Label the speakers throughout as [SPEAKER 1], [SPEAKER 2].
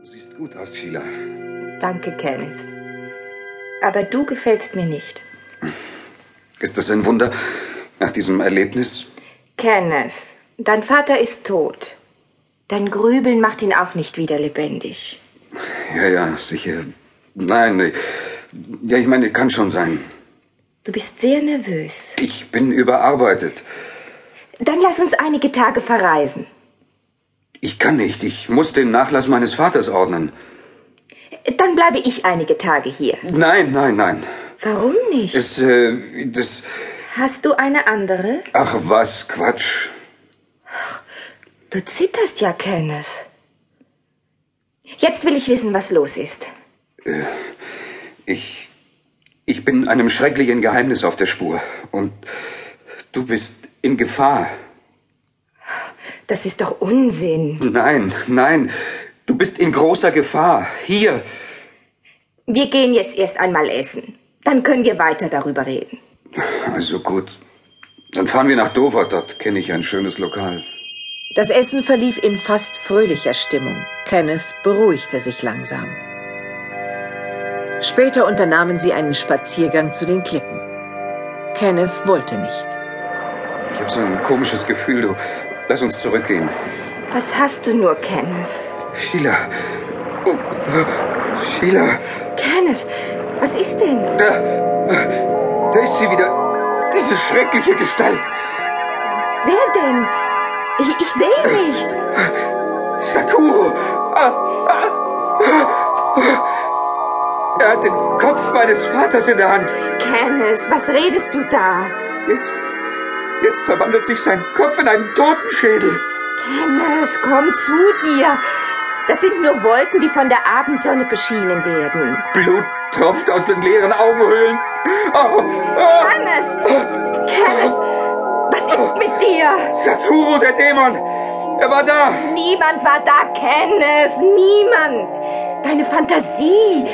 [SPEAKER 1] Du siehst gut aus, Sheila.
[SPEAKER 2] Danke, Kenneth. Aber du gefällst mir nicht.
[SPEAKER 1] Ist das ein Wunder nach diesem Erlebnis?
[SPEAKER 2] Kenneth, dein Vater ist tot. Dein Grübeln macht ihn auch nicht wieder lebendig.
[SPEAKER 1] Ja, ja, sicher. Nein, nee. ja, ich meine, kann schon sein.
[SPEAKER 2] Du bist sehr nervös.
[SPEAKER 1] Ich bin überarbeitet.
[SPEAKER 2] Dann lass uns einige Tage verreisen.
[SPEAKER 1] Ich kann nicht. Ich muss den Nachlass meines Vaters ordnen.
[SPEAKER 2] Dann bleibe ich einige Tage hier.
[SPEAKER 1] Nein, nein, nein.
[SPEAKER 2] Warum nicht?
[SPEAKER 1] Es, äh, das.
[SPEAKER 2] Hast du eine andere?
[SPEAKER 1] Ach was, Quatsch.
[SPEAKER 2] Du zitterst ja, Kenneth. Jetzt will ich wissen, was los ist.
[SPEAKER 1] Ich. Ich bin einem schrecklichen Geheimnis auf der Spur. Und du bist in Gefahr.
[SPEAKER 2] Das ist doch Unsinn.
[SPEAKER 1] Nein, nein. Du bist in großer Gefahr. Hier.
[SPEAKER 2] Wir gehen jetzt erst einmal essen. Dann können wir weiter darüber reden.
[SPEAKER 1] Also gut. Dann fahren wir nach Dover. Dort kenne ich ein schönes Lokal.
[SPEAKER 3] Das Essen verlief in fast fröhlicher Stimmung. Kenneth beruhigte sich langsam. Später unternahmen sie einen Spaziergang zu den Klippen. Kenneth wollte nicht.
[SPEAKER 1] Ich habe so ein komisches Gefühl. Du, lass uns zurückgehen.
[SPEAKER 2] Was hast du nur, Kenneth?
[SPEAKER 1] Sheila. Oh, Sheila.
[SPEAKER 2] Kenneth, was ist denn?
[SPEAKER 1] Da, da ist sie wieder. Diese schreckliche Gestalt.
[SPEAKER 2] Wer denn? Ich, ich sehe nichts.
[SPEAKER 1] Sakuro. Ah, ah, ah. Er hat den Kopf meines Vaters in der Hand.
[SPEAKER 2] Kenneth, was redest du da?
[SPEAKER 1] Jetzt, jetzt verwandelt sich sein Kopf in einen Totenschädel.
[SPEAKER 2] Kenneth, komm zu dir. Das sind nur Wolken, die von der Abendsonne beschienen werden.
[SPEAKER 1] Blut tropft aus den leeren Augenhöhlen. Oh, oh.
[SPEAKER 2] Kenneth! Kenneth! Was ist mit dir?
[SPEAKER 1] Sakuro, der Dämon. Er war da.
[SPEAKER 2] Niemand war da, Kenneth! Niemand! Deine Fantasie!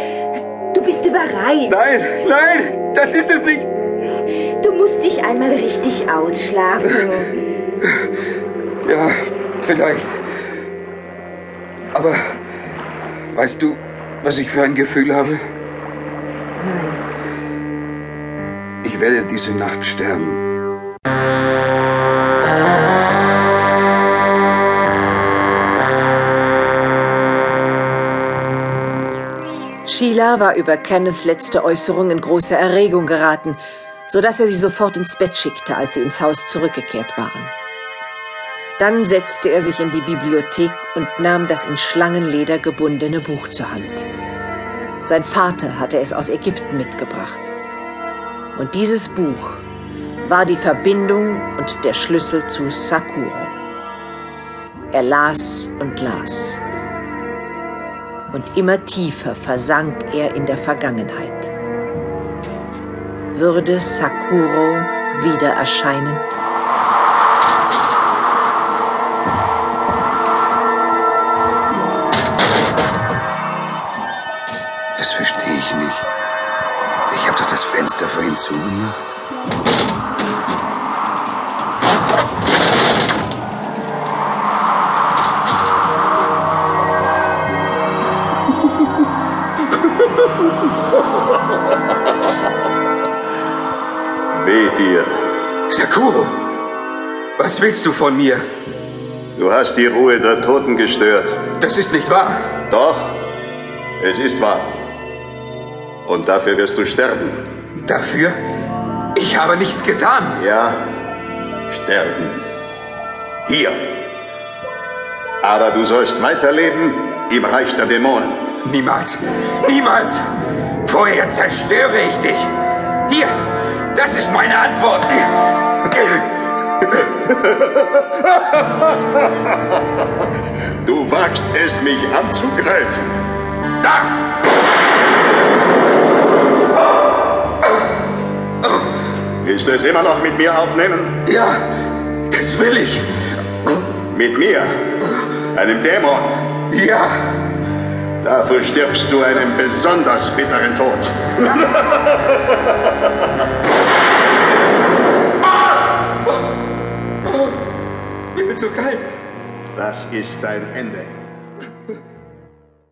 [SPEAKER 2] Du bist überreizt.
[SPEAKER 1] Nein, nein, das ist es nicht.
[SPEAKER 2] Du musst dich einmal richtig ausschlafen.
[SPEAKER 1] Ja, vielleicht. Aber weißt du, was ich für ein Gefühl habe?
[SPEAKER 2] Nein.
[SPEAKER 1] Ich werde diese Nacht sterben.
[SPEAKER 3] Sheila war über Kenneths letzte Äußerung in große Erregung geraten, sodass er sie sofort ins Bett schickte, als sie ins Haus zurückgekehrt waren. Dann setzte er sich in die Bibliothek und nahm das in Schlangenleder gebundene Buch zur Hand. Sein Vater hatte es aus Ägypten mitgebracht. Und dieses Buch war die Verbindung und der Schlüssel zu Sakuro. Er las und las. Und immer tiefer versank er in der Vergangenheit. Würde Sakuro wieder erscheinen?
[SPEAKER 1] Das verstehe ich nicht. Ich habe doch das Fenster vorhin zugemacht.
[SPEAKER 4] Weh dir,
[SPEAKER 1] Sakuro, was willst du von mir?
[SPEAKER 4] du hast die Ruhe der Toten gestört.
[SPEAKER 1] Das ist nicht wahr.
[SPEAKER 4] Doch, es ist wahr. Und dafür wirst du sterben.
[SPEAKER 1] Dafür? Ich habe nichts getan.
[SPEAKER 4] Ja, sterben. Hier. Aber du sollst weiterleben im Reich der Dämonen.
[SPEAKER 1] Niemals. Niemals. Vorher zerstöre ich dich. Hier, das ist meine Antwort.
[SPEAKER 4] Du wagst es, mich anzugreifen.
[SPEAKER 1] Da!
[SPEAKER 4] Willst du es immer noch mit mir aufnehmen?
[SPEAKER 1] Ja, das will ich.
[SPEAKER 4] Mit mir? Einem Dämon?
[SPEAKER 1] Ja.
[SPEAKER 4] Dafür stirbst du einen besonders bitteren Tod.
[SPEAKER 1] Mir wird so kalt.
[SPEAKER 4] Das ist dein Ende.